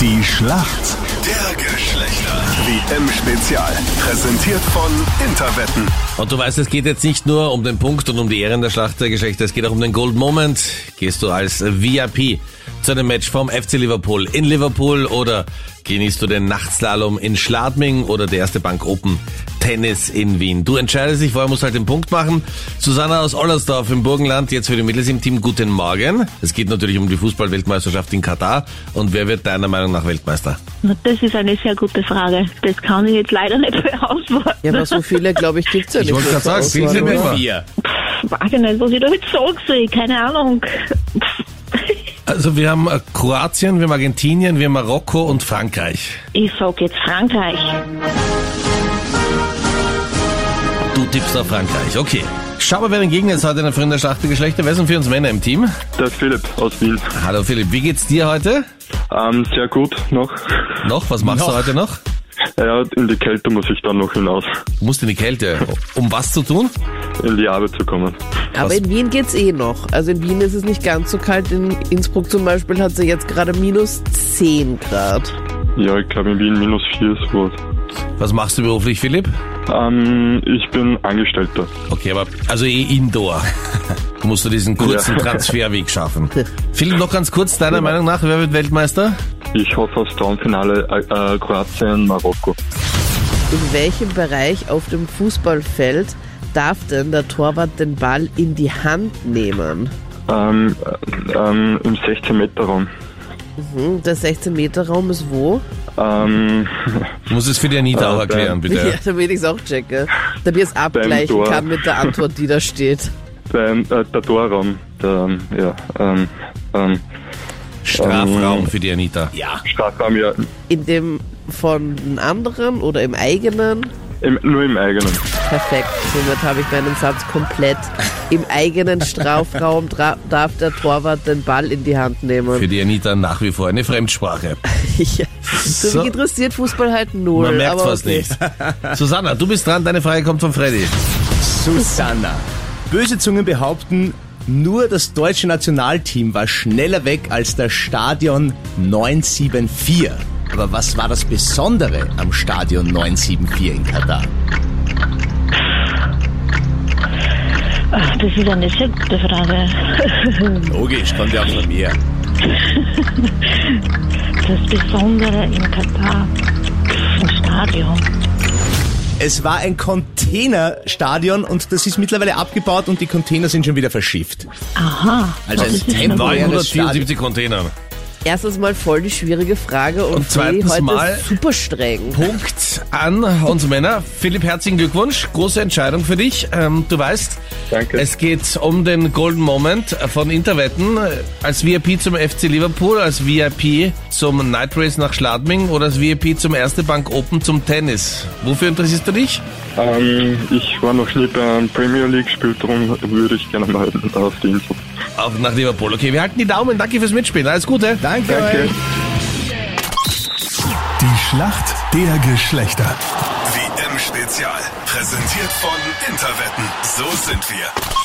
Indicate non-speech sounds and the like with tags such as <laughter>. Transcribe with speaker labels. Speaker 1: Die Schlacht der Geschlechter. WM-Spezial. Präsentiert von Interwetten.
Speaker 2: Und du weißt, es geht jetzt nicht nur um den Punkt und um die Ehren der Schlachtergeschlechter, es geht auch um den Gold Moment. Gehst du als VIP zu einem Match vom FC Liverpool in Liverpool oder genießt du den Nachtslalom in Schladming oder der erste Bank Open Tennis in Wien? Du entscheidest dich, vorher musst halt den Punkt machen. Susanna aus Ollersdorf im Burgenland, jetzt für die Mädels im Team, guten Morgen. Es geht natürlich um die Fußball-Weltmeisterschaft in Katar. Und wer wird deiner Meinung nach Weltmeister?
Speaker 3: Das ist eine sehr gute Frage. Das kann ich jetzt leider nicht <laughs> beantworten.
Speaker 4: Ja, aber so viele, glaube ich, gibt's ja nicht.
Speaker 2: Ich wollte gerade sagen,
Speaker 4: Auswahl,
Speaker 2: viel sind
Speaker 4: oder?
Speaker 2: wir vier.
Speaker 3: Pff, weiß ich nicht, was ich da jetzt sagen soll. Keine Ahnung. Pff.
Speaker 2: Also wir haben äh, Kroatien, wir haben Argentinien, wir haben Marokko und Frankreich.
Speaker 3: Ich sag jetzt Frankreich.
Speaker 2: Du tippst auf Frankreich, okay. Schau mal, wer den Gegner ist heute in der Freundin der Schlachtergeschlechter. Wer sind für uns Männer im Team?
Speaker 5: Der Philipp aus Wien.
Speaker 2: Hallo Philipp, wie geht's dir heute?
Speaker 5: Ähm, sehr gut noch.
Speaker 2: Noch? Was machst du heute noch?
Speaker 5: Ja, in die Kälte muss ich dann noch hinaus,
Speaker 2: Du musst in die Kälte. Um was zu tun?
Speaker 5: in die Arbeit zu kommen.
Speaker 4: Aber in Wien geht's eh noch. Also in Wien ist es nicht ganz so kalt. In Innsbruck zum Beispiel hat sie jetzt gerade minus 10 Grad.
Speaker 5: Ja, ich glaube in Wien minus 4 ist gut.
Speaker 2: Was machst du beruflich, Philipp?
Speaker 5: Ähm, ich bin Angestellter.
Speaker 2: Okay, aber also eh Indoor. Du musst du diesen kurzen
Speaker 5: Ja.
Speaker 2: Transferweg schaffen. Philipp, noch ganz kurz, deiner Meinung nach, wer wird Weltmeister?
Speaker 5: Ich hoffe aufs Traumfinale äh, äh, Kroatien, Marokko.
Speaker 4: In welchem Bereich auf dem Fußballfeld darf denn der Torwart den Ball in die Hand nehmen?
Speaker 5: Ähm, äh, ähm, Im 16-Meter-Raum.
Speaker 4: Hm, der 16-Meter-Raum ist wo?
Speaker 5: Ähm,
Speaker 2: Du musst es für die Anita
Speaker 5: Ah,
Speaker 2: auch erklären,
Speaker 5: dann-
Speaker 2: bitte.
Speaker 4: <laughs> Ja, damit ich's auch checke. Damit ich's abgleichen
Speaker 5: Tor.
Speaker 4: kann mit der Antwort, die da steht.
Speaker 5: beim, äh, der Torraum. Der, ähm, ja, ähm, ähm,
Speaker 2: Strafraum für die Anita. Ja.
Speaker 5: Strafraum, ja.
Speaker 4: In dem von anderen oder im eigenen?
Speaker 5: Im, nur im eigenen.
Speaker 4: Perfekt, somit habe ich meinen Satz komplett. Im eigenen Strafraum dra- darf der Torwart den Ball in die Hand
Speaker 2: Für
Speaker 4: nehmen.
Speaker 2: die Anita nach wie vor eine Fremdsprache.
Speaker 4: <laughs> Ja. So,
Speaker 2: So.
Speaker 4: mich interessiert Fußball halt null.
Speaker 2: Man merkt
Speaker 4: aber
Speaker 2: fast
Speaker 4: okay.
Speaker 2: nicht. <laughs> Susanna, du bist dran, deine Frage kommt von Freddy.
Speaker 6: Susanna. Böse Zungen behaupten, nur das deutsche Nationalteam war schneller weg als das Stadion 974. Aber was war das Besondere am Stadion 974 in Katar?
Speaker 3: Ach, Das ist eine sehr gute Frage.
Speaker 6: Logisch, kommt ja auch von mir.
Speaker 3: Das Besondere in Katar. Pff, Im Stadion.
Speaker 6: Es war ein Containerstadion und das ist mittlerweile abgebaut und die Container sind schon wieder verschifft.
Speaker 3: Aha.
Speaker 6: Also ein
Speaker 3: das ist
Speaker 6: Tempo.
Speaker 3: eine-
Speaker 2: 974 Container.
Speaker 4: Erstens mal voll die schwierige Frage und,
Speaker 2: Und zweitens
Speaker 4: Freddy heute
Speaker 2: mal-
Speaker 4: super streng.
Speaker 2: Punkt an uns Männer. Philipp, herzlichen Glückwunsch. Große Entscheidung für dich. Ähm, du weißt,
Speaker 5: Danke.
Speaker 2: es geht um den Golden Moment von Interwetten. Als VIP zum FC Liverpool, als VIP zum Night Race nach Schladming oder als VIP zum Erste Bank Open zum Tennis. Wofür interessierst du dich?
Speaker 5: Ähm, ich war noch nie beim Premier League-Spiel, darum würde ich gerne mal auf die Insel.
Speaker 2: Auf nach Liverpool. Okay, wir halten die Daumen. Danke fürs Mitspielen. Alles Gute.
Speaker 6: Danke.
Speaker 5: Danke.
Speaker 6: euch.
Speaker 1: Die Schlacht der Geschlechter. WM-Spezial. Präsentiert von Interwetten. So sind wir.